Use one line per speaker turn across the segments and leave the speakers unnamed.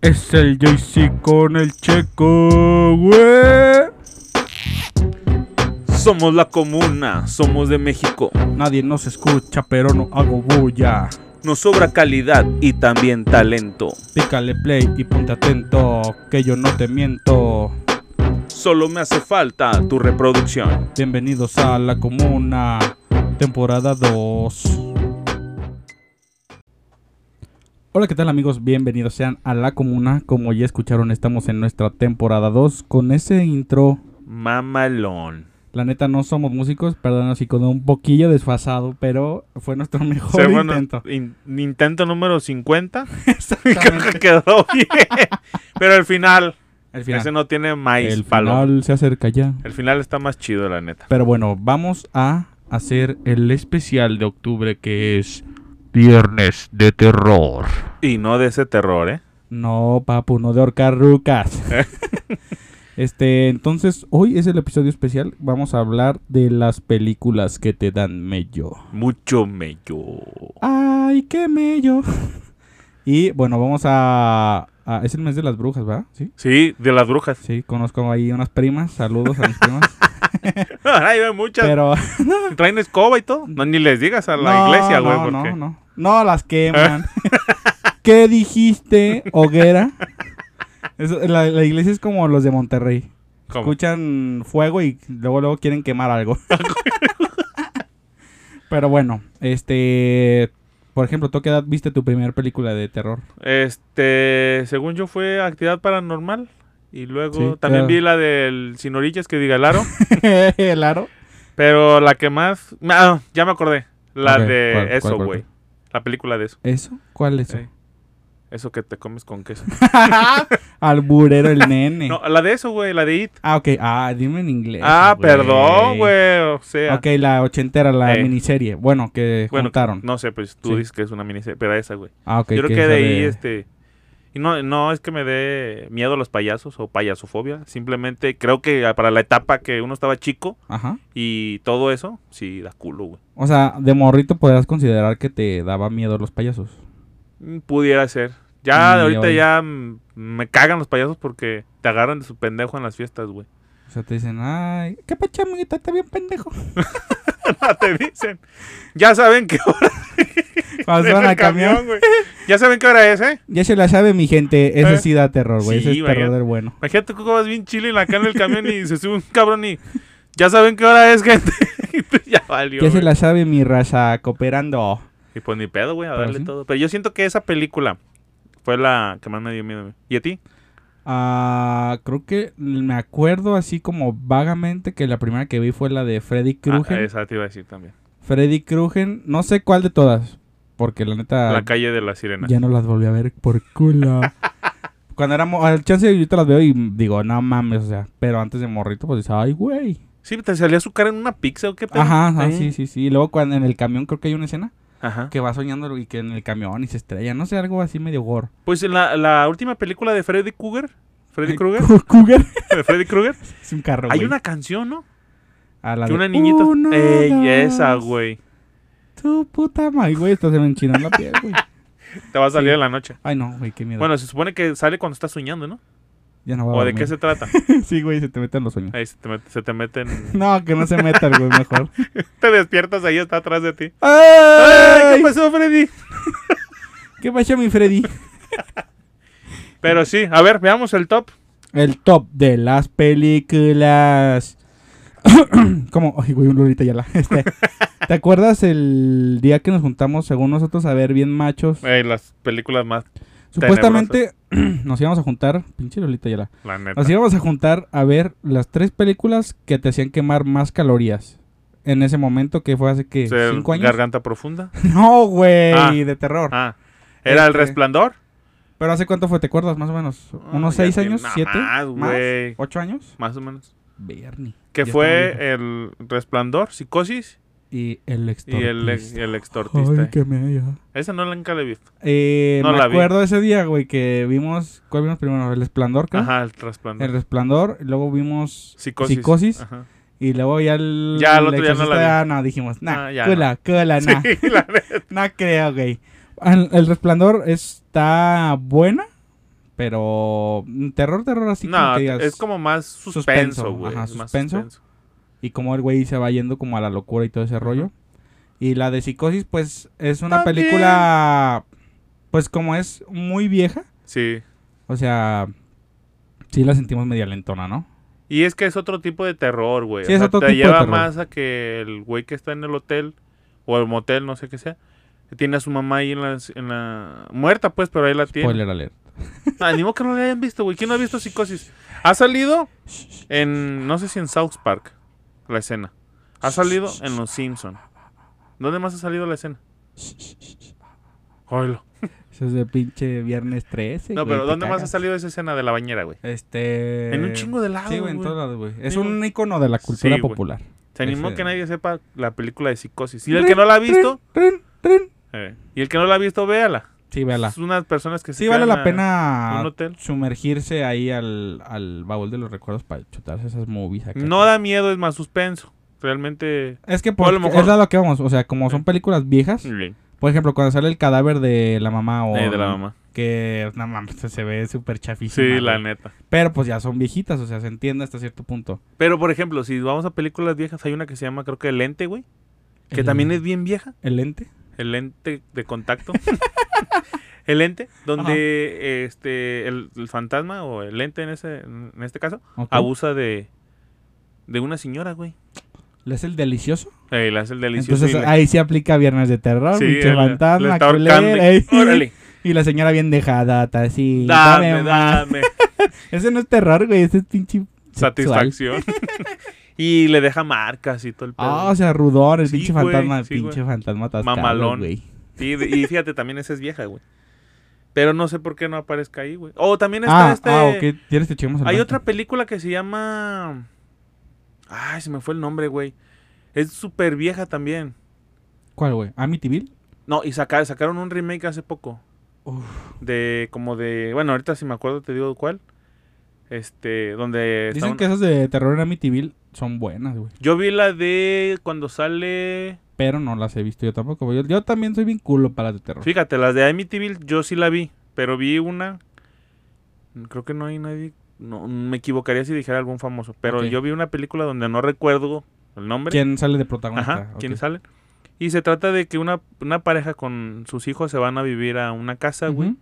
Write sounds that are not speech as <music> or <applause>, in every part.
Es el JC con el checo, güey.
Somos la comuna, somos de México.
Nadie nos escucha, pero no hago bulla.
Nos sobra calidad y también talento.
Pícale play y ponte atento, que yo no te miento.
Solo me hace falta tu reproducción.
Bienvenidos a la comuna, temporada 2. Hola, ¿qué tal amigos? Bienvenidos sean a la comuna. Como ya escucharon, estamos en nuestra temporada 2 con ese intro.
Mamalón.
La neta, no somos músicos, perdón, así con un poquillo desfasado, pero fue nuestro <laughs> mejor
Se- bueno,
intento.
in- intento número
<laughs>
50. <laughs> Creo que quedó bien. Pero el final,
El final.
ese no tiene maíz,
El
palo.
final se acerca ya.
El final está más chido, la neta.
Pero bueno, vamos a hacer el especial de octubre que es Viernes de Terror.
Y no de ese terror, ¿eh?
No, papu, no de ahorcar <laughs> rucas. este, entonces, hoy es el episodio especial. Vamos a hablar de las películas que te dan mello.
Mucho mello.
¡Ay, qué mello! <laughs> y bueno, vamos a, a- Es el mes de las brujas, ¿verdad? Sí.
Sí, de las brujas. <laughs>
Sí, conozco ahí unas primas. Saludos a mis <laughs> primas.
Ahí hay muchas.
Pero.
Traen escoba y todo. No, ni les digas a la
No,
iglesia, güey.
No,
porque...
no, no. No las
<laughs>
queman. ¿Qué dijiste, hoguera? Eso- la, la iglesia es como los de Monterrey.
¿Cómo?
Escuchan fuego y luego, luego quieren quemar algo. <laughs> Pero bueno, este... Por ejemplo, ¿tú a qué edad viste tu primera película de
<laughs>
terror?
Este, según yo fue actividad paranormal. Y luego
Sí,
también
claro.
vi la del Sin Orillas que diga el aro.
¿El aro?
<laughs> pero la que más... Ah, ya me acordé. La
Ok,
de
¿cuál, cuál,
eso,
cuál,
güey. La película de eso.
¿Eso? ¿Cuál es eso?
Sí. Eso que te comes con queso.
Alburero
<laughs>
el nene.
No, la de eso, güey. La de It.
Ah, ok. Ah, dime en inglés.
ah, perdón, güey. O sea...
Ok, la ochentera, la
Eh.
miniserie. Bueno, que
Bueno,
juntaron.
no sé, pues tú
Sí.
dices que es una miniserie. Pero esa, güey.
Ah, ok.
Yo creo que
es
de
la
ahí, este... Y no, no es que me dé miedo a los payasos o payasofobia. Simplemente creo que ah, para la etapa que uno estaba chico...
Ajá.
Y todo eso, sí, da culo, güey.
O sea, de morrito podrías considerar que te daba miedo los payasos.
Mm, Pudiera ser. Ya,
Y
de ahorita
hoy-
ya mm, me cagan los payasos porque te agarran de su pendejo en las fiestas, güey. <laughs>
O sea, te dicen, ay, qué pacha, amiguita, está bien
<laughs>
pendejo.
No te dicen. Ya saben qué hora es
Pasaron
el
al camión.
camión, güey. Ya saben qué hora es, ¿eh?
Ya se la sabe mi gente, eso
Eh.
sí da terror, güey.
Sí,
Ese es
vaya.
terror del bueno.
Imagínate que vas bien chile en la cara del camión y se sube un cabrón y... Ya saben qué hora es, <laughs> gente. Y pues ya valió,
Ya se
güey.
la sabe mi raza cooperando.
Y pues ni pedo, güey, a
Pero
darle
sí.
todo. Pero yo siento que esa película fue la que más me dio miedo, güey. ¿Y a ti?
Ah, creo que me acuerdo así como vagamente que la primera que vi fue la de Freddy
Ah,
Krueger.
esa te iba a decir también.
Freddy Krueger, no sé cuál de todas, porque la neta...
La calle de las
Ah,
sirenas.
Ya no las volví a ver por culo. <laughs> Cuando éramos, al chance yo te las veo y digo, no mames, o sea, pero antes de morrito, pues decía, ay, güey.
Sí, te salía su cara en una pizza o qué pedo.
Ajá, ajá,
Eh.
sí, sí, sí. Y luego cuando en el camión creo que hay una escena
Ajá.
que va soñando y que en el camión y se estrella, no sé, algo así medio gore.
Pues en la, la última película de Freddy Krueger, Freddy
<laughs>
Krueger,
Cougar.
de Freddy Krueger,
es un carro,
hay
güey.
una canción, ¿no?
A la de,
Que
"Oh,
una niñita.
"Uno,
Ey,
dos,
esa, güey.
Tu puta madre, güey, estás se me enchinó la piel, güey.
Te va a salir
Sí.
en la noche.
Ay, no, güey, qué miedo.
Bueno, se supone que sale cuando estás soñando, ¿no?
ya no va a
¿O de qué
dormir. <laughs>
se trata?
Sí, güey, se te meten los sueños.
Ahí se te, met- se te meten.
No, que no se metan, güey, mejor.
Te despiertas, ahí está atrás de ti. <laughs> ¡Ay,
¡Ay!
¿Qué pasó, Freddy?
¿Qué pasó, mi Freddy?
Pero sí, a ver, veamos el top.
El top de las películas. <coughs> Como, ay, güey, un lorita ya la. <laughs> Este, ¿Te acuerdas el día que nos juntamos, según nosotros, a ver bien machos?
Ey, las películas más,
Supuestamente <clears throat> nos íbamos a juntar, pinche lolita ya la.
la neta.
Nos íbamos a juntar a ver las tres películas que te hacían quemar más calorías. En ese momento que fue hace que
O sea,
cinco años.
Garganta profunda.
<laughs> No, güey,
Ah.
de terror.
Ah. ¿Era el
Este,
resplandor?
Pero hace cuánto fue, ¿te acuerdas? Más o menos. ¿Unos
Ah, ya
seis
tiene-
años?
nada
¿Siete?
más, güey.
¿Ocho años?
Más o menos.
Bernie.
Que
Ya estamos
fue el resplandor, psicosis
Y el
y el, ex-
extortista.
el extortista.
Ay, qué medio.
Esa no la nunca la he visto.
Eh,
No
me
la vi.
acuerdo ese día, güey, que vimos. ¿Cuál vimos primero? El Esplendor, creo.
Ajá, el
El
resplandor.
Resplandor. y Luego vimos.
Psicosis.
Psicosis.
Ajá.
Y luego ya el.
Ya, el otro ya no la
Exorcista,
vi.
ya no, dijimos. Nah,
Ah, ya
cola, cola, nah.
<laughs> Sí, la neta.
No creo, güey. El, el Resplandor está buena. Pero mm, terror, terror así como
no,
que digas,
es como más suspenso,
suspenso,
güey.
ajá,
es más
suspenso. Y como el güey se va yendo como a la locura y todo ese rollo. Y la de Psicosis, pues es una
También.
película, pues como es muy vieja,
Sí.
o sea, sí la sentimos media lentona, ¿no?
Y es que es otro tipo de terror, güey.
Sí,
o
es
sea,
otro
te
tipo de
lleva
terror.
más a que el güey que está en el hotel o el motel, no sé qué sea, tiene a su mamá ahí en la, en la- muerta, pues, pero ahí la tiene.
Spoiler alert.
Ah, ni modo que no la hayan visto, güey. ¿Quién no ha visto Psicosis? Ha salido en, no sé si en South Park, la escena. Ha salido en Los Simpson. ¿Dónde más ha salido la escena? Oilo.
Eso es de pinche viernes 13.
No,
güey,
pero
te
¿dónde más ha
cagas.
salido esa escena de la bañera, güey?
Este...
En un chingo de lados,
Sí, güey, en
güey.
todos lados, güey. Es
Digo-
un icono de la cultura
Sí, güey.
popular.
Se animó
Ese-
que nadie sepa la película de Psicosis. Y el que no la ha visto,
Trin, trin, trin.
eh, y el que no la ha visto, véala.
Sí, véala.
Es unas personas que se
Sí, vale
quedan
la
a- un
pena
hotel.
sumergirse ahí al, al baúl de los recuerdos para chutarse esas movies acá.
No da miedo, es más suspenso. Realmente.
Es que por
a lo mejor-
es a lo que vamos, o sea, como son películas viejas,
eh,
por ejemplo, cuando sale el cadáver Eh, de la mamá o
de la mamá.
que no mames, se ve súper chafísima.
Sí, la
güey.
neta.
Pero pues ya son viejitas, o sea, se entiende hasta cierto punto.
Pero, por ejemplo, si vamos a películas viejas, hay una que se llama, creo que El Lente, güey. Que
El-
también es bien vieja.
El lente.
El Lente de contacto. <laughs> el Lente, donde este el, el fantasma o el Lente en, ese, en este caso
ok.
abusa de, de una señora, güey.
¿Le es el delicioso?
Eh, le hace el delicioso.
Entonces
y le-
ahí sí aplica Viernes de Terror,
sí,
pinche
él le-
fantasma,
le está ahorcando
culero,
y-
ey.
Órale,
<laughs> Y la señora bien dejada, está así. más.
dame,
<laughs>
dame.
Ese no es terror, güey, ese es pinche. sexual. <laughs>
Satisfacción. y le deja marcas y todo el pedo.
Ah, o sea, Rudor, el
Sí,
pinche
güey,
fantasma, el
sí,
pinche fantasma atascado,
Mamalón.
güey.
Sí, de- y fíjate, también esa es vieja, güey. Pero no sé por qué no aparezca ahí, güey. O también está
Ah,
este.
ah, ok, ¿quieres que chequemos el
Hay
dato?
otra película que se llama. Ay, se me fue el nombre, güey. Es súper vieja también.
¿Cuál, güey? ¿Amityville?
No, y saca- sacaron un remake hace poco.
Uf.
De como de. Bueno, ahorita si me acuerdo te digo cuál. Este, donde.
Dicen
estaban-
que esas de terror en Amityville son buenas, güey.
Yo vi la de cuando sale.
Pero no las he visto yo tampoco, güey. Yo, yo también soy bien culo para las de terror.
Fíjate, las de Amityville yo sí la vi, pero vi una. Creo que no hay nadie. No, me equivocaría si dijera algún famoso, pero
Ok.
yo vi una película donde no recuerdo el nombre.
¿Quién sale de protagonista?
Ajá,
Ok.
quién sale. Y se trata de que una, una pareja con sus hijos se van a vivir a una casa, güey.
Ujú.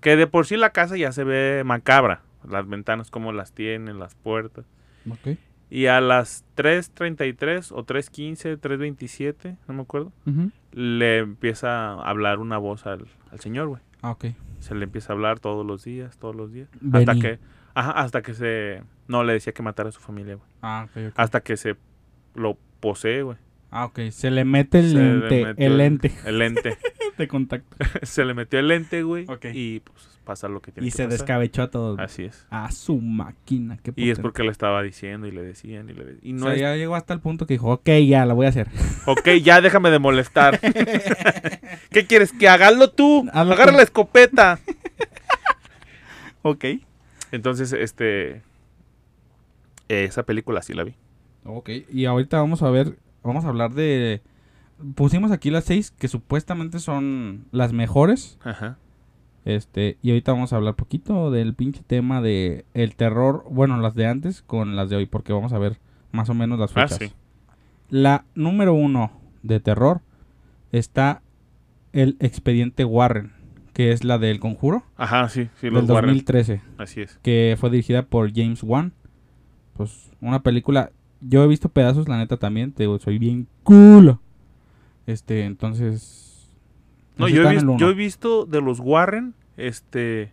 Que de por sí la casa ya se ve macabra. Las ventanas, cómo las tienen, las puertas.
Ok.
Y a las 3.33 o 3.15, 3.27, no me acuerdo,
Ujú.
le empieza a hablar una voz al, al señor, güey.
Ah, ok.
Se le empieza a hablar todos los días, todos los días. Hasta
Benny.
que, ajá, hasta que se... No, le decía que matara a su familia, güey.
Ah, ok, ok.
Hasta que se lo posee, güey.
Ah, ok. Se le mete el
Se le
lente,
metió
el lente <laughs>
El lente.
de contacto.
se le metió el lente, güey.
Ok.
Y pues pasa lo que tiene
Y
que
se
pasar.
descabechó a todos. güey.
Así es.
A su máquina, qué
Y es
potente.
porque le estaba diciendo y le decían y le de- Y
O
no
sea,
es...
ya llegó hasta el punto que dijo, ok, ya, la voy a hacer.
Ok, ya déjame
<laughs>
de molestar. ¿Qué quieres? Que hagaslo tú.
Hazlo
Agarra
tú.
la escopeta.
Ok.
Entonces, este... Esa película sí la vi.
Ok, y ahorita vamos a ver, vamos a hablar de... Pusimos aquí las seis que supuestamente son las mejores.
Ajá.
Este, y ahorita vamos a hablar poquito del pinche tema de el terror, bueno, las de antes con las de hoy, porque vamos a ver más o menos las
Ah,
fechas.
sí.
La número uno de terror está el expediente Warren, que es la del conjuro
Ajá, sí, sí, los
del
Warren.
2013.
Así es.
que fue dirigida por James Wan. Pues una película, yo he visto pedazos, la neta también, te digo, soy bien culo. Este, entonces...
No,
ese
yo
está en
he,
el
visto,
uno.
yo he visto de los Warren, este,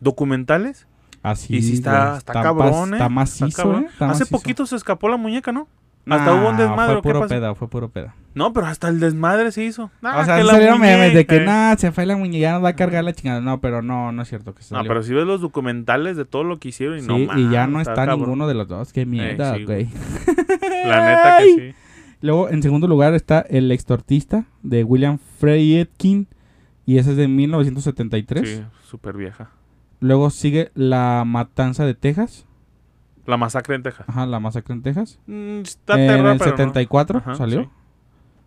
documentales.
Así,
y sí está,
güey,
está,
pas-
cabrón, ¿eh?
Está
Está
macizo,
cabrón.
¿eh? Está
Hace
macizo.
poquito se escapó la muñeca, ¿no? hasta hubo un desmadre,
Fue
¿o qué
puro
pasó?
peda, fue puro peda.
No, pero hasta el desmadre se hizo. Ah,
o sea,
que
sí
la
salieron memes de
muñeca,
que
eh.
nada, se fue la muñeca, nos va a cargar la chingada. No, pero no, no es cierto que se
No,
salió.
pero si ves los documentales de todo lo que hicieron y
Sí,
no
y ya
mames,
no está
cabrón. Eh,
ninguno de los dos, qué mierda,
sí,
güey.
güey. La
<laughs>
neta que sí.
Luego, en segundo lugar, está El extortista de William Friedkin. Y esa es de 1973.
Sí, súper vieja.
Luego sigue La Matanza de Texas.
La masacre en Texas.
Ajá, La Masacre en Texas.
Mm, Está
en
terror,
el
pero no.
74
Ajá,
salió.
sí.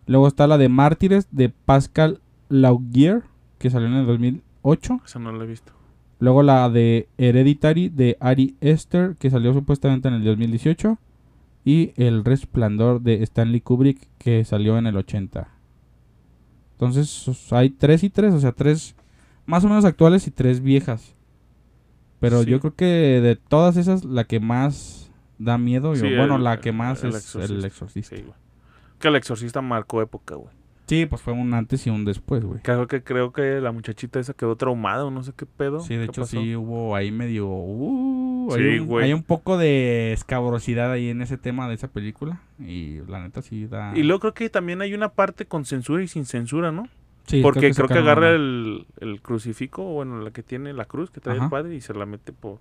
Luego está la de Mártires de Pascal Laugier, que salió en el 2008.
Esa no la he visto.
Luego la de Hereditary de Ari Esther, que salió supuestamente en el 2018. Y El Resplandor de Stanley Kubrick, que salió en el 80. Entonces o sea, hay tres y tres, o sea, tres más o menos actuales y tres viejas. Pero
Sí.
yo creo que de todas esas, la que más da miedo,
Sí,
yo, bueno,
el-
la que más
el
es El
Exorcista.
Exorcista.
Sí, güey. Que el exorcista marcó época, güey.
Sí, pues fue un antes y un después, güey.
Creo que, creo que la muchachita esa quedó traumada o no sé qué pedo.
Sí, de
¿Qué
hecho
pasó?
sí hubo ahí medio... uh, hay,
Sí,
un,
güey.
hay un poco de escabrosidad ahí en ese tema de esa película. Y la neta sí da...
Y luego creo que también hay una parte con censura y sin censura, ¿no?
Sí,
Porque creo que,
sacaron
agarra
una-
el, el crucifijo, o bueno, la que tiene la cruz que trae
Ajá.
el padre y se la mete por,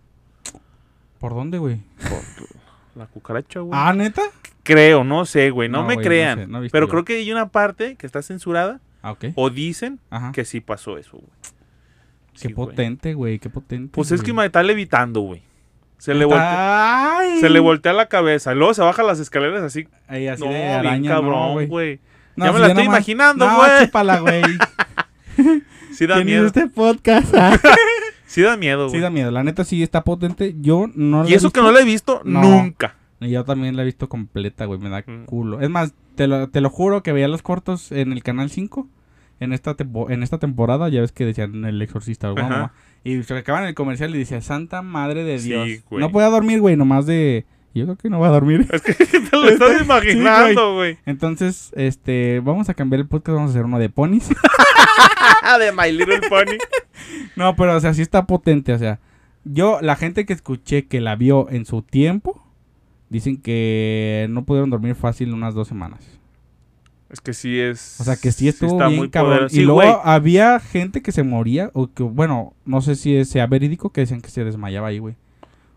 ¿Por dónde, güey?
por la cucaracha, güey.
Ah, ¿neta?
Creo, no sé, güey, no,
No,
me
güey, no
crean.
sé, no viste
pero
yo.
creo que hay una parte que está censurada
Ah, ok.
o dicen
Ajá.
que sí pasó eso, güey.
Qué
Sí, güey.
potente, güey, qué potente.
Pues es
güey.
que me está levitando, güey. Se le voltea.
¡Ay!
Se le voltea la cabeza, luego se baja las escaleras así.
Ey, así
no,
de
bien
araña, no,
cabrón,
güey.
güey.
No,
Ya me
si
la estoy
nomás-
imaginando,
no,
güey.
chúpala,
<laughs>
güey.
Sí da
¿Quién hizo
miedo.
este
<laughs>
podcast? Ah,
Sí da miedo,
sí
güey.
da miedo. La neta sí está potente. Yo no la
y
he
eso que
visto.
no la he visto
No. <laughs>
nunca.
Y Yo también la he visto completa, güey. Me da
Mm.
culo. Es más, te lo, te lo juro que veía los cortos en el Canal 5. En esta, tempo- en esta temporada, ya ves que decían el exorcista o algo,
Ajá.
mamá. Y se acaban el comercial y decía, Santa Madre de
Sí,
Dios.
güey.
no podía dormir, güey, nomás de... Yo creo que no va a dormir.
Te lo estás imaginando, güey.
<laughs>
<laughs>
Entonces, este, vamos a cambiar el podcast, vamos a hacer uno de ponis.
<laughs>
<laughs>
Ah, de My Little Pony.
No, pero o sea, sí está potente, o sea, yo la gente que escuché que la vio en su tiempo dicen que no pudieron dormir fácil unas dos semanas.
Es que sí es.
O sea, que sí estuvo
está
bien
muy
cabrón.
poderoso. Sí,
y luego
güey.
había gente que se moría o que bueno, no sé si sea verídico que decían que se desmayaba ahí, güey.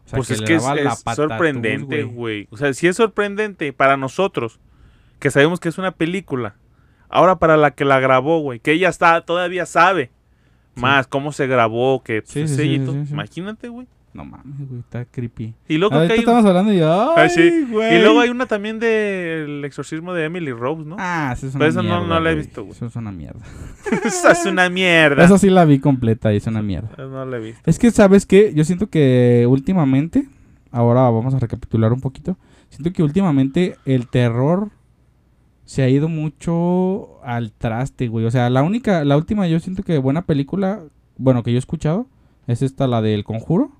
O sea,
Pues es
le
que es,
daba la
es
patatús,
sorprendente, güey. O sea, sí es sorprendente para nosotros, que sabemos que es una película. Ahora para la que la grabó, güey, que ella está, todavía sabe
Sí.
más cómo se grabó, que pues,
Sí,
ese
sí, sí,
y todo.
sí, sí.
Imagínate, güey.
No mames, güey, está creepy.
Y luego, creo
Ahorita
que hay,
estamos hablando y yo,
Ah, sí.
güey.
y luego hay una también del exorcismo de Emily Rose, ¿no? <laughs>
Ah, esa es una
Pero esa no-
mierda.
no la he
güey.
visto, güey.
Eso es una mierda.
Esa es una mierda.
Esa sí la vi completa y es una mierda.
Eh, No la he visto.
Es que, ¿sabes qué? Yo siento que últimamente, ahora vamos a recapitular un poquito, siento que últimamente el terror se ha ido mucho al traste, güey. O sea, la única, la última, yo siento que buena película, bueno, que yo he escuchado, es esta, la del conjuro.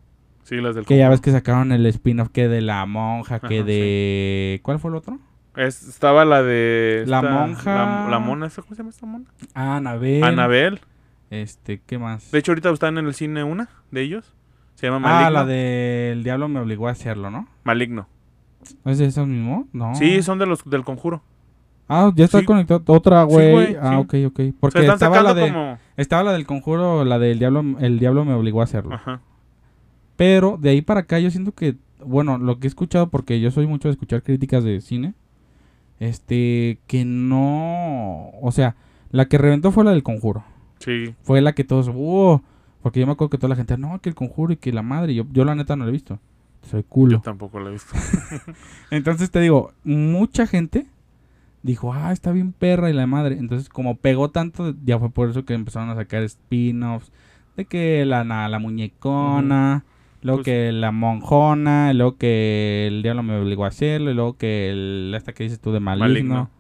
Sí, las del
Que ya
Conjuro.
ves que sacaron el spin-off que de la monja, que
Ajá,
de... ¿Cuál fue el otro?
Es- estaba la de.
La
esta-
monja. Eh.
La, la mona, ¿esa ¿cómo se llama esta mona?
Anabel.
Anabel.
Este, ¿qué más?
De hecho, ahorita están en el cine una de ellos. Se llama Maligno.
ah, la de El Diablo me obligó a hacerlo, ¿no?
Maligno.
¿No es de eso mismo? No.
Sí, son de los del conjuro.
Ah, ya está
Sí.
conectado otra, güey.
güey,
ah,
sí.
ok, ok.
O sea,
Porque
están
estaba la,
sacando
de,
como.
estaba la del conjuro, la del diablo, el diablo me obligó a hacerlo.
Ajá.
Pero de ahí para acá yo siento que, bueno, lo que he escuchado, porque yo soy mucho de escuchar críticas de cine, este, que no, o sea, la que reventó fue la del conjuro.
Sí.
Fue la que todos, wow, porque yo me acuerdo que toda la gente, no, que el conjuro y que la madre, yo, yo la neta no la he visto. Soy culo.
Yo tampoco la he visto.
Entonces te digo, mucha gente dijo, ah, está bien perra y la madre. Entonces, como pegó tanto, ya fue por eso que empezaron a sacar spin-offs. De que la, na- la muñecona, luego
Pues-
que la monjona, luego que el diablo me obligó a hacerlo, y luego que el, esta que dices tú de maligno.
Maligno.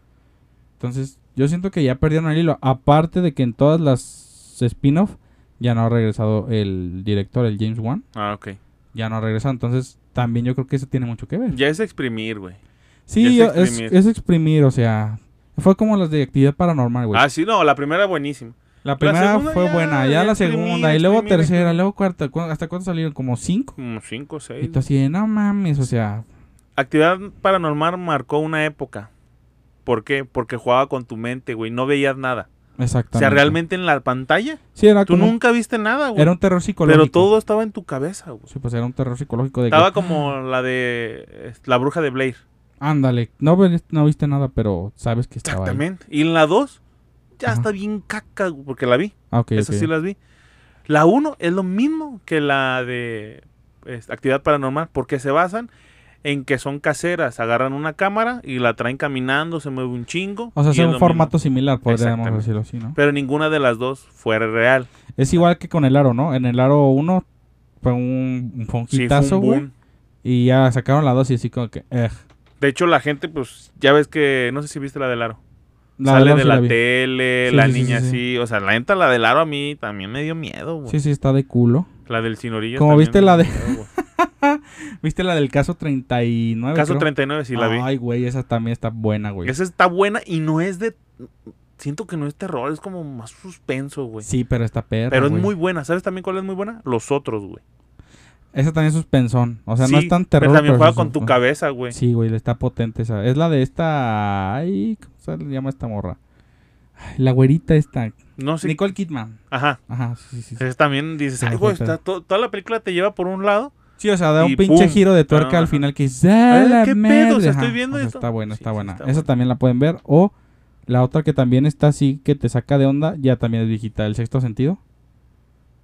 Entonces, yo siento que ya perdieron el hilo. Aparte de que en todas las spin-off ya no ha regresado el director, el James Wan.
Ah, ok.
Ya no ha regresado. Entonces, también yo creo que eso tiene mucho que ver.
Ya es exprimir, güey.
Sí,
Ya es
yo- es,
exprimir.
es exprimir, o sea. Fue como las de actividad paranormal, güey.
Ah, sí, no, la primera buenísima.
la primera
segunda
fue
ya,
buena, ya
ya
la
exprimir,
segunda, y luego
exprimir,
tercera,
exprimir.
luego cuarta. ¿cu- ¿Hasta cuánto salieron? Como cinco.
Como cinco,
Y
seis.
tú así de, no mames, o sea.
Actividad paranormal marcó una época. ¿Por qué? Porque jugaba con tu mente, güey. No veías nada.
Exactamente.
O sea, realmente en la pantalla,
Sí, era
tú
como.
nunca viste nada, güey.
Era un terror psicológico.
Pero todo estaba en tu cabeza, güey.
Sí, pues era un terror psicológico de que,
Estaba como la de eh, la bruja de Blair.
Ah, Ándale, no, ves- no viste nada, pero sabes que estaba. ahí.
Exactamente. Y en la 2, ya
Ajá.
está bien caca, güey, porque la vi.
Ah, ok,
Esas
ok.
sí las vi. La 1 es lo mismo que la de es, actividad paranormal, porque se basan en que son caseras, agarran una cámara y la traen caminando, se mueve un chingo.
O sea,
y
es un
lo
formato
mismo.
similar, podríamos
Exactamente.
decirlo así, ¿no?
Pero ninguna de las dos fuera real.
Es igual que con el aro, ¿no? En el aro 1 fue un, un
Sí, fue
fonjitazo,
un
güey.
boom.
y ya sacaron la dosis así como que... eh.
De hecho, la gente, pues, ya ves que, no sé si viste la del aro.
La
Sale
verdad
de
sí
la,
vi.
tele,
Sí,
la
sí, sí,
niña
sí,
así.
sí.
O sea, la neta, la del aro a mí también me dio miedo, güey.
Sí, sí, está de culo.
La del sin orillas.
Como
también
viste
me
la
dio
de-
miedo,
<laughs>
güey.
¿Viste la del caso 39?
Caso
Ah, creo?
39, sí la vi.
Ay, güey, esa también está buena, güey.
Esa está buena y no es de. Siento que no es terror, es como más suspenso, güey.
Sí, pero está perra,
Pero es
güey.
muy buena. ¿Sabes también cuál es muy buena? Los otros, güey.
Esa también es suspensón. O sea, no
Sí,
es tan terror.
Pero también
pero
juega
sí
con tu
suspenso.
cabeza, güey.
Sí, güey, le está potente esa. Es la de esta... Ay, ¿cómo se le llama esta morra? Ay, La güerita esta.
No sé.
Nicole Kidman.
Ajá.
Ajá, sí, sí, sí.
Entonces también dices,
Se me
ay,
fue
güey,
el
está to- toda la película te lleva por un lado.
Sí, o sea, da
Y
un pinche
pum.
giro de tuerca al
Ajá.
final que dices,
A
¡Ah,
ver,
la
¿qué
madre!
pedo? O sea,
Ajá.
estoy viendo
O sea,
esto.
Está buena,
Sí,
está
sí,
buena.
está
Esa
buena.
también la pueden ver. O la otra que también está así, que te saca de onda, ya también es digital, el sexto sentido.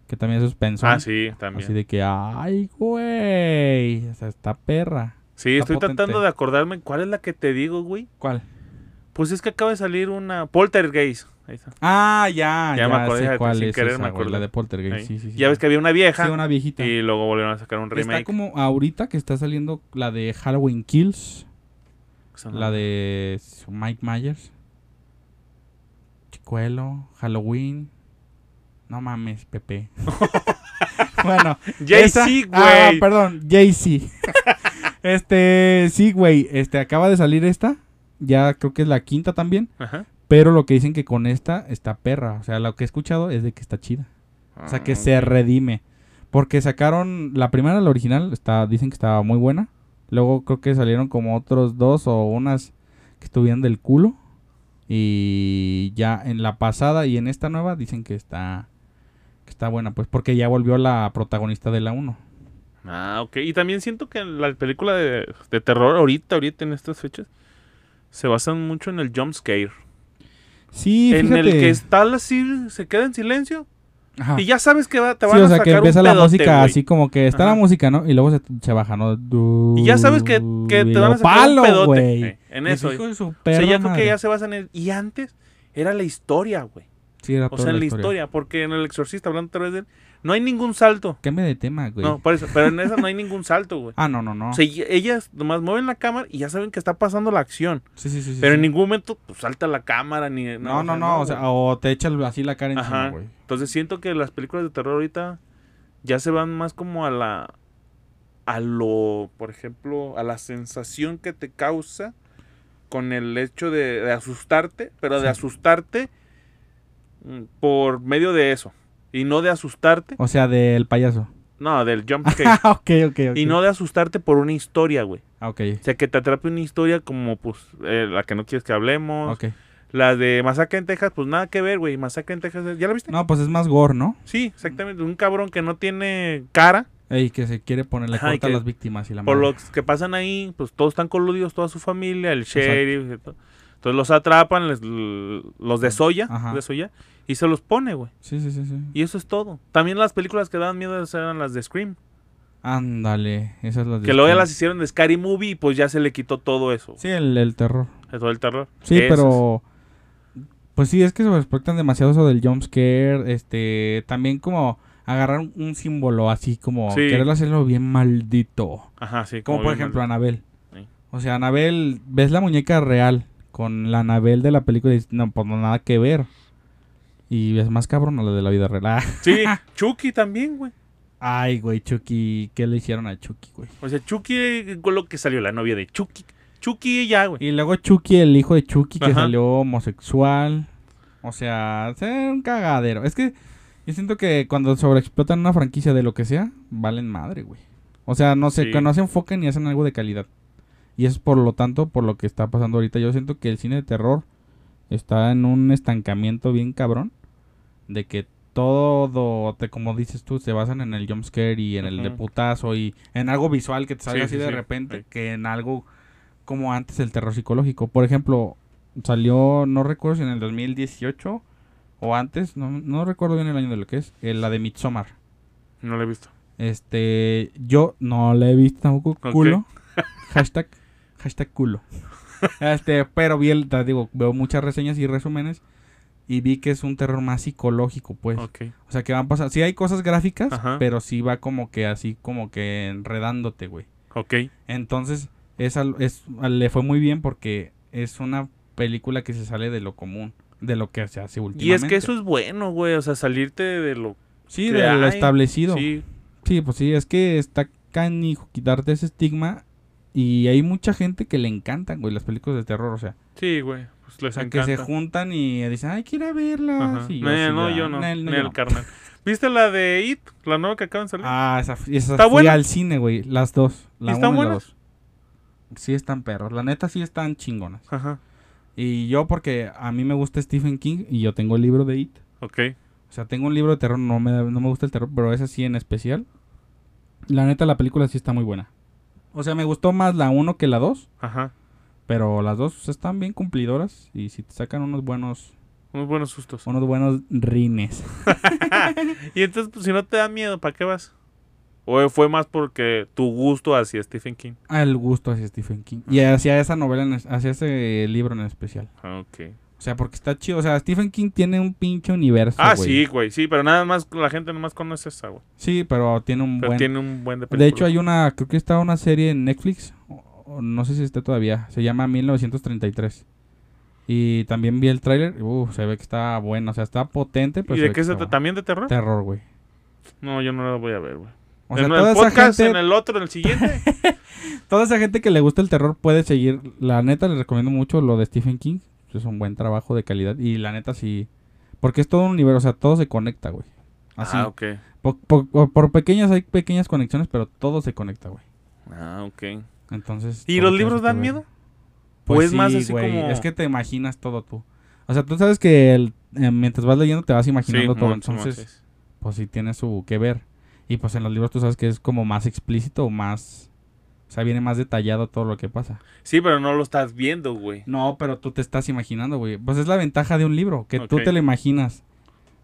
Que también es suspenso.
Ah, sí, también.
Así de que, ¡ay, güey! O sea, está perra.
Sí,
Está
estoy
potente.
tratando de acordarme cuál es la que te digo, güey.
¿Cuál?
Pues es que acaba de salir una Poltergeist. Ahí está.
Ah, ya,
Ya
ya,
me acordé,
sé
fíjate,
cuál
sin
es
querer
esa,
me
güey,
acordé.
la de Poltergeist.
Ahí.
Sí, sí, sí.
ya ves que había una vieja
Sí, una viejita.
y luego volvieron a sacar un
Que Está
remake.
como ahorita que está saliendo la de Halloween Kills.
O sea,
La de Mike Myers. Chicuelo. Halloween. No mames,
<laughs>
Pepe. bueno. esa-
Jay-Z,
Ah,
güey.
perdón, Jay-Z. <laughs> este, sí, güey. Este, acaba de salir esta. Ya creo que es la quinta también.
Ajá.
Pero lo que dicen que con esta está perra. O sea, lo que he escuchado es de que está chida. O sea,
Ah,
que se redime. Porque sacaron la primera, la original, está, dicen que estaba muy buena. Luego creo que salieron como otros dos o unas que estuvieron del culo. Y ya en la pasada y en esta nueva dicen que está, que está buena, pues porque ya volvió la protagonista de la 1.
Ah, ok. Y también siento que la película de, de terror ahorita, ahorita en estas fechas, se basan mucho en el jump scare.
Sí,
en el
fíjate.
que está así, se queda en silencio
Ajá.
y ya sabes que va, te
Sí,
van
o
a
sea,
sacar
que empieza
un
la
pedote,
música
güey.
así como que está la
Ajá.
música, ¿no? Y luego se, se baja, ¿no?
Y ya sabes que, que
Y
te van
luego,
a sacar
¡palo,
un pedote.
güey!
eh, en
Me
eso.
fijo en su
O sea,
perra
ya creo
madre.
que ya se basan en... Y antes era la historia, güey.
Sí, era
O
toda
sea, en la historia. Porque en El Exorcista, hablando otra vez de él, no hay ningún salto.
Cambia de tema, güey.
No, por eso. Pero en esa
<laughs>
no hay ningún salto, güey.
Ah, no, no, no.
O sea, y- ellas nomás mueven la cámara y ya saben que está pasando la acción.
Sí, sí, sí, sí,
pero en
sí.
ningún momento pues, salta la cámara ni...
No, no, no. O sea,
güey.
o te echa el- así la cara encima,
Ajá.
güey.
Entonces siento que las películas de terror ahorita ya se van más como a la... A lo, por ejemplo, a la sensación que te causa con el hecho de, de asustarte, pero
Sí.
de asustarte mm, por medio de eso. Y no de asustarte,
O sea, del payaso.
no, del
<laughs>
jump scare.
Ah, ok, ok, ok.
y no de asustarte por una historia, güey.
Ah, ok,
O sea, que te atrape una historia como, pues, eh, la que no quieres que hablemos.
ok.
La de Masacre en Texas, pues nada que ver, güey. Masacre en Texas, ¿ya la viste?
No, pues es más gore, ¿no?
Sí, exactamente. Un cabrón que no tiene cara.
Ey, que se quiere ponerle
Ajá, y
corta a
que-
las víctimas y la
Por
madre.
los que pasan ahí, pues todos están coludidos, toda su familia, el
Exacto.
sheriff. y todo. Entonces los atrapan, les, l- los desolla,
Ajá.
desolla, y se los pone, güey.
Sí, sí, sí, sí.
Y eso es todo. También las películas que daban miedo eran las de Scream.
Ándale, esas las de
Que luego ya
Scream.
las hicieron de Scary Movie y pues ya se le quitó todo eso.
Sí, el, el terror.
de Todo el terror.
Sí,
Esas.
pero... Pues sí, es que se respectan demasiado eso del jumpscare, este... También como agarrar un, un símbolo así como...
Sí.
Querer hacerlo bien maldito.
Ajá, sí.
Como por
bien
ejemplo
mal-
Anabel.
Sí.
O sea, Anabel, ves la muñeca real con la Anabel de la película y dices, no, pues no, nada que ver. Y es más cabrón a la de la vida real. <laughs> Ah,
Sí, Chucky también, güey.
Ay, güey, Chucky, ¿qué le hicieron a Chucky, güey?
O sea, Chucky eh, con lo que salió la novia de Chucky. Chucky ya, güey.
Y luego Chucky, el hijo de Chucky, que
Ajá.
salió homosexual. O sea, es un cagadero. Es que yo siento que cuando sobreexplotan una franquicia de lo que sea, valen madre, güey. O sea, no sé,
Sí.
que no se enfocan ni hacen algo de calidad. Y es por lo tanto por lo que está pasando ahorita. Yo siento que el cine de terror está en un estancamiento bien cabrón. De que todo, te, como dices tú, se basan en el jumpscare y en el de
Ujú.
putazo y en algo visual que te salga
Sí,
así
sí,
de
sí.
repente
Sí.
que en algo como antes el terror psicológico. Por ejemplo, salió, no recuerdo si en el 2018 o antes, no, no recuerdo bien el año de lo que es, eh, la de Midsommar.
No lo he visto.
Este, yo no la he visto tampoco,
Ok. <laughs>
culo. Hashtag, hashtag culo. Este, pero vi el, te digo, veo muchas reseñas y resúmenes. y vi que es un terror más psicológico, pues.
Ok.
O sea, que van pasando. Sí hay cosas gráficas,
Ajá.
pero sí va como que así, como que enredándote, güey.
Ok.
Entonces, es al- es- le fue muy bien porque es una película que se sale de lo común, de lo que se hace
Y
últimamente.
es que eso es bueno, güey. O sea, salirte de lo.
Sí,
que
de lo
hay.
establecido. Sí.
Sí.
pues sí, es que está canijo quitarte ese estigma. Y hay mucha gente que le encantan, güey, las películas de terror, o sea.
Sí, güey. Pues
O
les
sea, que
encanta.
se juntan y dicen, ay, quiero
Ajá.
verlas. Y yo
Ne-
así
no,
de,
yo
"Ah,
no.
nel,
Ni
yo
el
no". <laughs>
carnal. ¿Viste la de It? La nueva que acaban de salir.
Ah, esa, fu- esa
¿Está
fui
buena?
al cine, güey. Las dos. La
¿Y están
una y la
buenas?
dos. Sí están perros. La neta sí están chingonas.
Ajá.
Y yo porque a mí me gusta Stephen King y yo tengo el libro de It.
Ok.
O sea, tengo un libro de terror, no me, da- no me gusta el terror, pero esa sí en especial. La neta, la película sí está muy buena. O sea, me gustó más la 1 que la 2,
Ajá.
pero las dos están bien cumplidoras y si te sacan unos buenos,
Unos buenos sustos.
unos buenos rines.
y entonces, pues, si no te da miedo, ¿para qué vas? O fue más porque tu gusto hacia Stephen King.
Al gusto hacia Stephen King. Y hacia esa novela, en es- hacia ese libro en especial.
Ah, ok.
O sea, porque está chido. O sea, Stephen King tiene un pinche universo.
Ah,
güey.
sí, güey. Sí, pero nada más la gente nomás conoce esa, güey.
Sí, pero tiene un
Pero
buen.
tiene un buen de
De hecho,
película.
hay una. Creo que está una serie en Netflix. o- o No sé si está todavía. Se llama 1933. Y también vi el tráiler. Uh, se ve que está bueno. O sea, está potente. Pero
¿Y
se
de
ve
qué
que
se
está
trata? ¿También de terror?
bueno. Terror, güey.
No, yo no la voy a ver, güey.
O sea,
en
toda
el
esa,
podcast,
gente,
en el otro, en el
<laughs>
siguiente.
toda esa gente que le gusta el terror puede seguir. La neta, les recomiendo mucho lo de Stephen King. Es un buen trabajo de calidad. Y la neta, sí. Porque es todo un universo. O sea, todo se conecta, güey. Así.
Ah, ok.
Por, por- por- por pequeñas hay pequeñas conexiones, pero todo se conecta, güey.
Ah, ok.
Entonces.
¿Y
todo
los
tienes
libros
que
dan
ver.
miedo?
Pues
¿O es más
sí,
así
güey,
como-
Es que te imaginas todo tú. O sea, tú sabes que el- eh, mientras vas leyendo te vas imaginando todo.
mon- sí, mon-
Entonces,
sí.
pues sí tiene su que ver. Y pues en los libros tú sabes que es como más explícito o más. O sea, viene más detallado todo lo que pasa.
Sí, pero no lo estás viendo, güey.
No, pero tú te estás imaginando, güey. Pues es la ventaja de un libro, que tú
Ok.
te lo imaginas.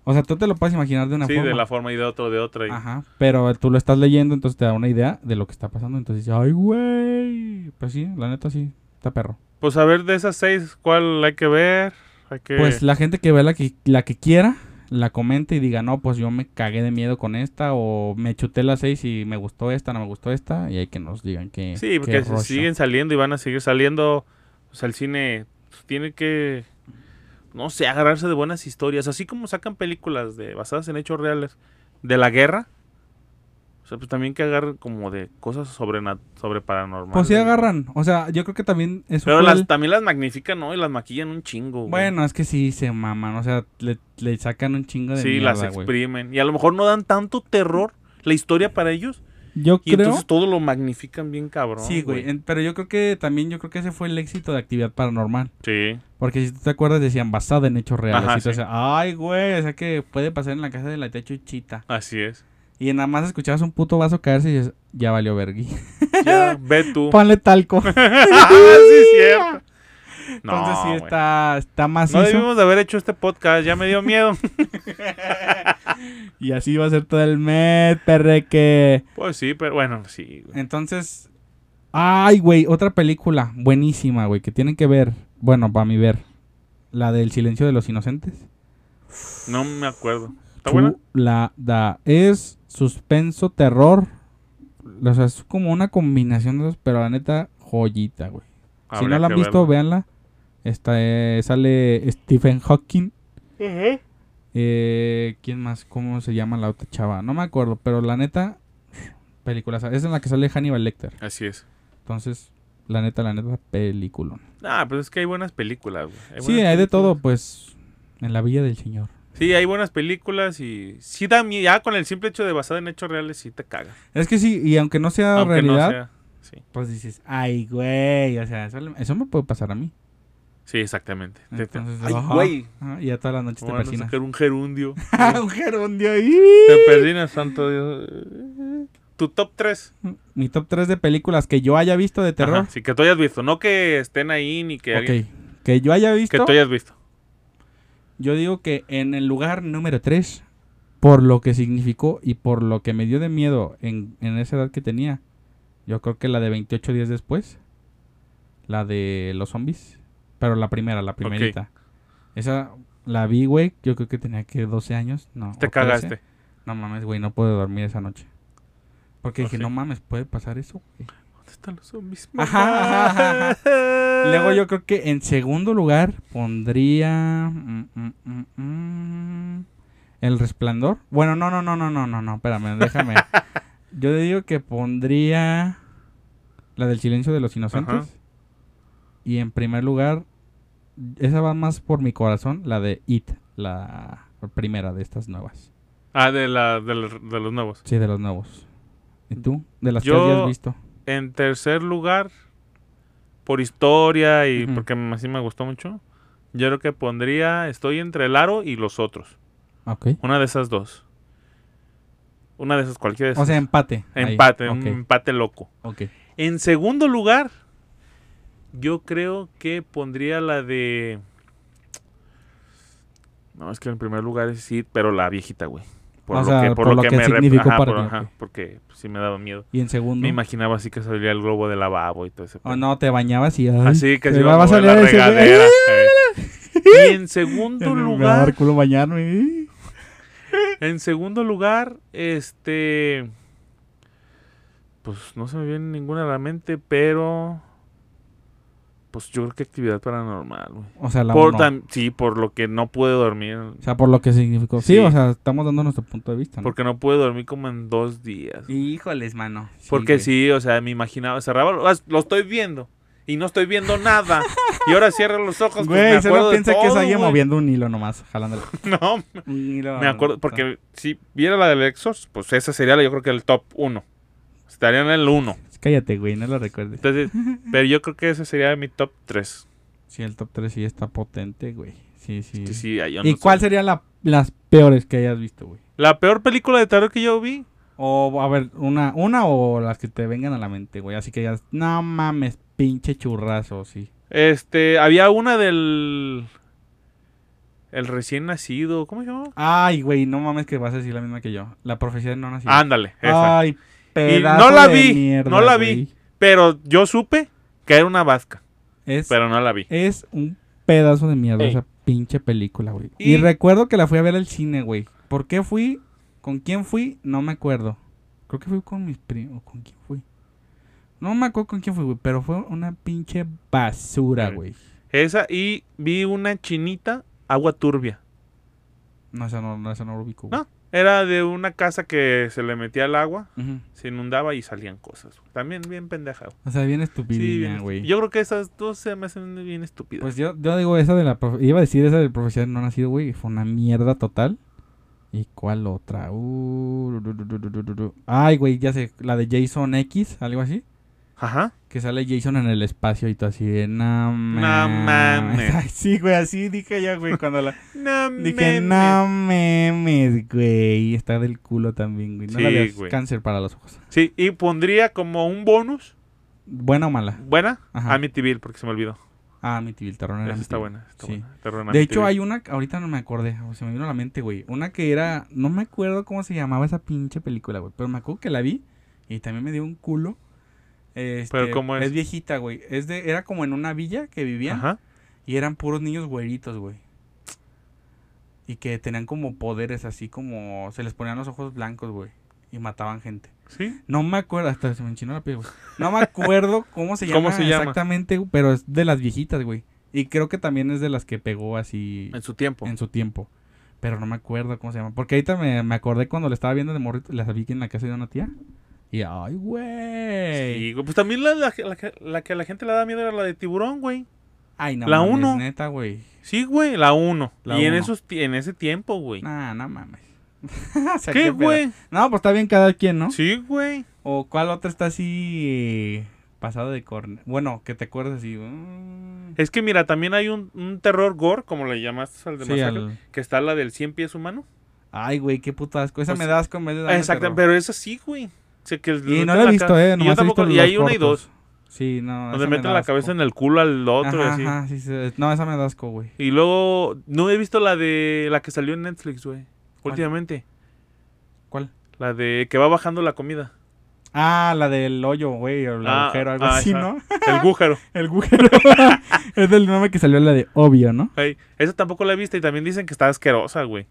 O sea, tú te lo puedes imaginar de una
sí,
forma.
de la forma y de otro, de otra. y-
Ajá, pero tú lo estás leyendo, entonces te da una idea de lo que está pasando. Entonces dices, ay, güey. Pues sí, la neta sí, está perro.
Pues a ver, de esas seis, ¿cuál hay que ver? Hay que...
Pues la gente que ve la que, la que quiera, la comente y diga, no, pues yo me cagué de miedo con esta, o me chuté las seis y me gustó esta, no me gustó esta, y hay que nos digan que.
sí, porque si
rollo.
siguen saliendo y van a seguir saliendo. O sea, el cine pues, tiene que, no sé, agarrarse de buenas historias. Así como sacan películas de basadas en hechos reales de la guerra. O sea, pues también que agarren como de cosas sobre, sobre paranormal.
Pues sí agarran. O sea, yo creo que también es
Pero las, también las magnifican, ¿no? Y las maquillan un chingo. güey.
Bueno, es que sí se maman, o sea, le, le sacan un chingo de
sí,
mierda,
las
güey.
exprimen. Y a lo mejor no dan tanto terror la historia para ellos.
Yo
Y
creo.
entonces todo lo magnifican bien cabrón.
Sí, güey. en- Pero yo creo que también, yo creo que ese fue el éxito de actividad paranormal.
Sí.
Porque si tú te acuerdas, decían basada en hechos reales.
Ajá,
y tú
sí.
decías, ay, güey, o sea que puede pasar en la casa de la tía Chuchita.
Así
<laughs>
es.
Y nada más escuchabas un puto vaso caerse y dices, ya valió
<laughs>
vergui.
Ya, ve tú.
Ponle talco.
<laughs> ah, sí, es
<laughs>
cierto. No,
Entonces sí
güey.
está, está macizo.
No debimos de haber hecho este podcast, ya me dio miedo. <laughs>
Y así va a ser todo el mes, perreque.
pues sí, pero bueno, sí. güey.
Entonces, ay, güey, otra película buenísima, güey, que tienen que ver. Bueno, para mi ver. La del silencio de los inocentes.
No me acuerdo. ¿Está buena?
La da. Es suspenso, terror. O sea, es como una combinación de dos, pero la neta, joyita, güey. si no
Habría
la han
que
visto,
verla.
véanla. Está, eh, sale Stephen Hawking. Eh, ¿Quién más? ¿Cómo se llama la otra chava? No me acuerdo, pero la neta, película. Es en la que sale Hannibal Lecter.
Así es.
Entonces, la neta, la neta, película.
Ah, pero es que hay buenas películas, güey. Hay
Sí,
buenas
hay de todo,
películas.
pues, en la Villa del Señor.
Sí, hay buenas películas y sí da miedo. Ya con el simple hecho de basada en hechos reales, sí te caga.
Es que sí, y aunque no sea
Aunque no
realidad,
sea- Sí.
pues dices, ay, güey, o sea, eso, le- eso me puede pasar a mí.
Sí, exactamente. Te- te-
Entonces,
Ay,
ajá.
güey.
Ajá, y ya todas las noches
Te
te persinas. <laughs>
un gerundio.
un gerundio ahí.
te persinas, santo Dios. Tu top 3.
Mi top 3 de películas que yo haya visto de terror.
sí, que tú hayas visto. No que estén ahí ni que alguien-
ok. Que yo haya
Que
visto.
tú hayas visto.
Yo digo que en el lugar número 3, por lo que significó y por lo que me dio de miedo en, en esa edad que tenía, yo creo que la de 28 días después, la de los zombies, pero la primera, la primerita. Esa La vi, güey. Yo creo que tenía que 12 años. No.
Te
o 13.
cagaste.
No mames, güey. No pude dormir esa noche. Porque
Oh,
dije,
sí.
no mames, puede pasar eso, güey.
¿Dónde están los zombies?
Ajá, ajá,
mamá?
Luego yo creo que en segundo lugar pondría. mm, mm, mm, mm, el resplandor. Bueno, no, no, no, no, no, no, no. Espérame, déjame.
<laughs>
Yo digo que pondría. La del silencio de los inocentes.
Ajá.
Y en primer lugar. Esa va más por mi corazón. La de It. La primera de estas nuevas.
Ah, de, la, de, los- de los nuevos.
Sí, de los nuevos. ¿Y tú? De las que
Yo-
hayas visto.
En tercer lugar, por historia y
Ujú.
porque así me gustó mucho, yo creo que pondría Estoy entre el aro y los otros.
Ok.
Una de esas dos. Una de esas, cualquiera de esas.
O sea, empate. ahí.
empate, mm.
Ok,
un empate loco.
ok.
En segundo lugar, yo creo que pondría la de. No, es que en primer lugar es sí, pero la viejita, güey. Por
O
lo
sea,
que, por lo que, me rep-
significó
ajá,
para
por-
ti,
ajá,
ok.
porque pues, sí me daba miedo.
Y en segundo.
Me imaginaba así que salía el globo de lavabo y todo ese.
O
pedo.
Ah, Oh, no, te bañabas y. ay,
Así que
se
se
va-
iba
va
a mover la
ese- <laughs>
regadera.
¡Ay!
eh. Y en
¡eh! Me
segundo
va a dar
lugar,
culo bañarme. ¿eh?
en segundo lugar, este, pues no se me viene ninguna a la mente, pero, pues yo creo que actividad paranormal, güey.
O sea, la
Por
uno.
tam- sí, por lo que no pude dormir,
O sea, por lo que significó. Sí,
Sí.
o sea, estamos dando nuestro punto de vista. ¿no?
porque no pude dormir como en dos días.
Híjoles, mano.
Porque
güey.
sí, o sea, me imaginaba, cerraba, los- ah, lo estoy viendo y no estoy viendo nada. y ahora cierro los ojos. pues, me
Güey,
acuerdo
solo
de
piensa que es
todo,
alguien
güey.
moviendo un hilo nomás, jalándolo.
<laughs> No,
Un hilo.
<laughs> Me acuerdo, porque si viera la del Exorcist, pues esa sería la- yo creo que el top 1. Estaría en el 1.
Cállate, güey, no lo recuerdes.
Entonces, pero yo creo que ese sería mi top 3.
Sí, el top 3 sí está potente, güey. Sí, sí.
Sí, sí, ay, yo
¿Y
no
cuál
sé.
sería la, las peores que hayas visto, güey?
La peor película de terror que yo vi.
O, a ver, una, una o las que te vengan a la mente, güey. Así que digas, no mames, pinche churrazo, sí.
Este, había una del. El recién nacido. ¿Cómo se llama?
Ay, güey, no mames que vas a decir la misma que yo. La profecía de no nacido.
Ándale, Ah, esa.
Ay, pedazo
no la
de
vi,
mierda,
no la vi.
güey.
Pero yo supe que era una vasca.
Es,
Pero no la vi.
es un pedazo de mierda
Ey.
esa pinche película, güey. Y...
Y-
recuerdo que la fui a ver al cine, güey. ¿Por qué fui? ¿Con quién fui? No me acuerdo. Creo que fui con mis primos. ¿Con quién fui? No me acuerdo con quién fui, güey. Pero fue una pinche basura,
Mm.
güey.
Esa y vi una chinita, agua turbia.
No, esa no, no, esa no lo ubico, güey.
No. Era de una casa que se le metía el agua.
Ujú.
se inundaba y salían cosas. güey. También bien pendeja. güey.
O sea, bien
Sí, bien
estupidilla,
estu-
güey.
Yo creo que esas dos se me hacen bien estúpidas.
Pues yo, yo digo esa de la... profe- Iba a decir esa del profesional no nacido, güey. Fue una mierda total. ¿Y cuál otra? Uh, ru, ru, ru, ru, ru, ru, ru. Ay, güey, ya sé. La de Jason X, algo así.
Ajá.
Que sale Jason en el espacio y todo así de... No <laughs>
mames".
Ay, sí, güey, así dije ya, güey, cuando
<laughs>
la...
No
dije,
mames.
no memes, güey. Está del culo también, güey. No la
Sí,
veas,
güey.
cáncer para los ojos.
Sí, y pondría como un bonus.
¿Buena o mala?
Buena.
Ajá.
Amityville, porque se me olvidó.
Ah, mi tibil, terror
Esa
era
está
Amityville.
buena. está
Sí.
buena. Terror en
De hecho,
Amityville.
hay una, ahorita no me acordé, o se me vino a la mente, güey. Una que era, no me acuerdo cómo se llamaba esa pinche película, güey. Pero me acuerdo que la vi y también me dio un culo. Este,
Pero, ¿cómo es?
Es viejita, güey. Es de, era como en una villa que vivían
Ajá.
y eran puros niños güeritos, güey. Y que tenían como poderes así como, se les ponían los ojos blancos, güey. Y mataban gente.
Sí.
No me acuerdo, hasta se me enchinó la piel, güey. No me acuerdo
<laughs>
cómo se llama
¿Cómo se llama?
exactamente, güey, pero es de las viejitas, güey. Y creo que también es de las que pegó así
En su tiempo.
en su tiempo. Pero no me acuerdo cómo se llama. Porque ahorita me, me acordé cuando la estaba viendo de morrito, la vi en la casa de una tía. Y ay, güey.
Sí, güey, pues también la, la- la que- la que a la gente le da miedo era la de tiburón, güey.
Ay, no
La
mames,
uno.
neta, güey.
Sí, güey, la 1.
La
y en
uno.
esos ti- en ese tiempo, güey.
Nah, no mames. <laughs> O sea,
¿Qué,
pedo.
güey?
No, pues está bien cada quien, ¿no?
Sí, güey.
O cuál otra está así eh, pasado de corne. Bueno, que te acuerdas así. mm.
Es que mira, también hay un, un terror gore, como le llamaste al de
Sí,
Masacre,
al-
que está la del 100 pies humano.
Ay, güey, qué puto asco. Esa
Pues-
me da asco en vez de darme
Exacto,
terror.
pero es así, güey. O sea, que le
Y
meten
no la he visto,
ca-
eh.
y
Nomás
yo tampoco,
he visto
y
los
hay una y
cortos.
dos.
Sí, no.
Donde
esa me
meten
da
la
asco.
cabeza en el culo al otro,
Ajá,
así.
ajá, sí, sí. No, esa me da asco, güey.
Y luego, no he visto la de la que salió en Netflix, güey.
¿Cuál?
Últimamente.
¿Cuál? <laughs>
La de que va bajando la comida.
Ah, la del hoyo, güey, o el
Ah,
agujero, algo
ah,
así,
esa.
¿no? <laughs>
El bújaro.
El agujero. <laughs> es del nombre que salió la de obvio, ¿no?
Ey, esa tampoco la he visto y también dicen que está asquerosa, güey.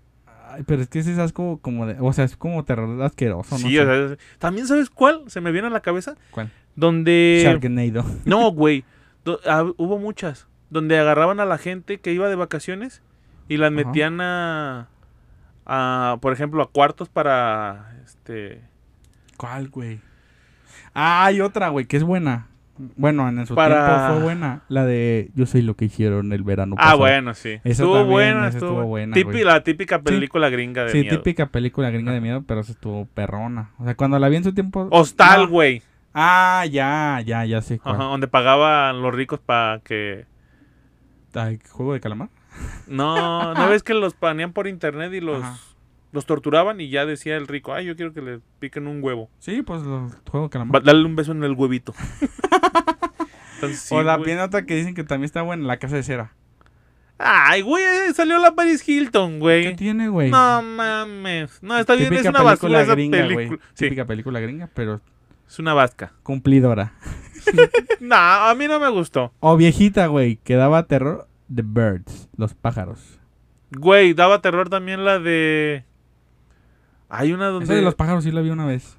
Ay, pero es que ese es asco como de. O sea, es como terror asqueroso, ¿no?
Sí, o sea, también sabes cuál se me viene a la cabeza.
¿Cuál?
Donde...
Sharknado.
No, güey. Do- ah, hubo muchas. Donde agarraban a la gente que iba de vacaciones y las
Ajá.
metían a, a, por ejemplo, a cuartos para, este,
¿Cuál, güey? Ah, hay otra, güey, que es buena. Bueno, en su
Para-
tiempo fue buena. La de Yo soy lo que hicieron el verano
Ah,
pasado.
bueno, sí.
Esa
estuvo
también,
buena,
esa
estuvo,
estuvo
buena.
buena,
Tipi-
güey.
la típica película gringa de
Sí,
miedo.
típica película gringa de miedo, pero se estuvo perrona. O sea, cuando la vi en su tiempo.
Hostal,
No.
güey.
Ah, ya, ya, ya sé. cuál.
Ajá, donde pagaban los ricos para que...
Ay, juego de calamar.
No, ¿no ves que los panean por internet y los,
Ajá.
los torturaban? Y ya decía el rico, ay, yo quiero que le piquen un huevo.
Sí, pues los juego de
Va-
calamar.
Dale un beso en el
<laughs>
huevito. Entonces, sí,
o la
güey.
bien otra que dicen que también está buena, la casa de cera.
Ay, güey, eh, salió la Paris Hilton,
¿Qué
güey.
tiene, güey?
No mames. No, está bien,
Típica
es una
película
basura esa
gringa, güey.
película. Sí,
Típica película gringa, pero
es una vasca. <laughs>
cumplidora.
No, a mí no me gustó.
O viejita, güey, que daba terror. The Birds, los pájaros.
Güey, daba terror también la de... Hay una
Esa
donde...
de
De,
los pájaros sí la vi una vez.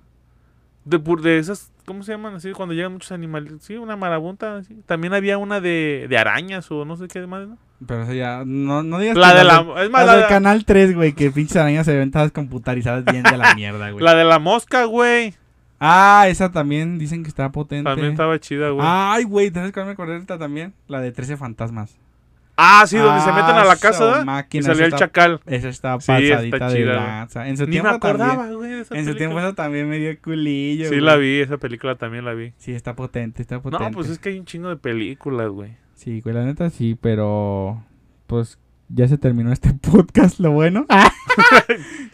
pur- de esas... ¿Cómo se llaman así? Cuando llegan muchos animales. Sí, una marabunta. así. También había una de, de arañas o no sé qué más, ¿no?
Pero esa ya, no, no digas
La
que
de la... Es más,
la
la,
del
de-
canal 3, güey, que pinches arañas se ven todas computarizadas bien de
<laughs>
la mierda, güey.
la de la mosca, güey.
Ah, esa también dicen que está potente.
También estaba chida, güey. Ah,
Ay, güey, ¿sabes cuál me acordé ahorita también? La de 13 fantasmas.
sí, donde se
Ah,
meten a la
esa
casa, ¿verdad?
máquina,
Y
esa
salía el
está-
chacal.
Esa está
Sí, está
pasadita de
chida, güey.
lanza. En su
Ni me
tiempo
acordaba,
también.
güey. de esa
En su
película.
tiempo esa también me dio culillo,
Sí,
güey.
la vi, esa película también la vi.
Sí, está potente, está potente.
No, pues es que hay un chingo de películas, güey.
Sí, güey, la neta sí, pero pues ya se terminó este <laughs> podcast, lo
<laughs>
bueno.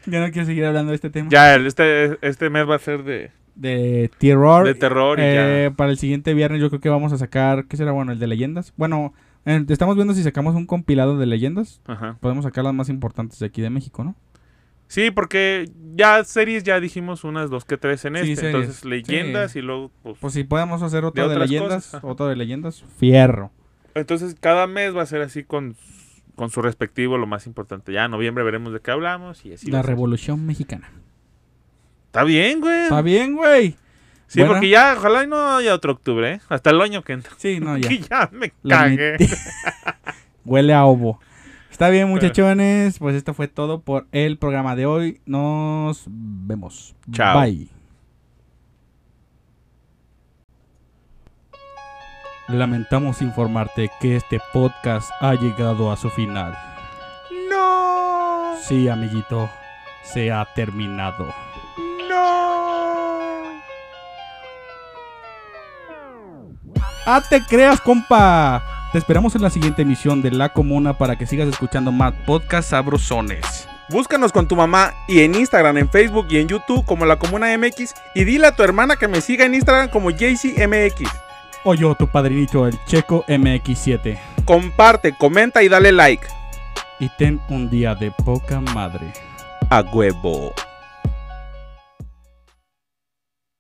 ya no quiero seguir hablando de este tema.
Ya, el- este, este mes va a ser de,
De terror.
de terror y
Eh, para el siguiente viernes yo creo que vamos a sacar, ¿qué será bueno? El de leyendas. Bueno, eh, estamos viendo si sacamos un compilado de leyendas.
ya. Ajá.
Podemos sacar las más importantes de aquí de México, ¿no?
Sí, porque ya series ya dijimos unas dos que tres en
Sí,
este.
series.
Entonces, leyendas
Sí.
y luego, pues,
Pues si podemos hacer otra
De
de,
otras
leyendas,
cosas, ajá.
otra de leyendas, fierro.
Entonces, cada mes va a ser así con, con su respectivo, lo más importante. Ya en noviembre veremos de qué hablamos y así. va
la
a ser.
Revolución Mexicana.
Está bien, güey.
Está bien, güey.
Sí,
buena.
porque ya, ojalá y no haya otro octubre, ¿eh? Hasta el año que entra.
Sí, no, Ah, ya.
Que <laughs> ya me
La
cagué.
metí. <laughs> Huele a ovo. Está bien, muchachones. Pues esto fue todo por el programa de hoy. Nos vemos.
Chao.
Bye. Lamentamos informarte que este podcast ha llegado a su final.
No,
Sí, amiguito, se ha terminado.
no.
¡Ah, te creas, compa! Te esperamos en la siguiente emisión de La Comuna para que sigas escuchando más podcasts sabrosones.
Búscanos con tu mamá y en Instagram, en Facebook y en YouTube como La Comuna MX y dile a tu hermana que me siga en Instagram como JCMX.
O yo, tu padrinito, el Checo MX7.
Comparte, comenta y dale like.
y ten un día de poca madre.
A huevo.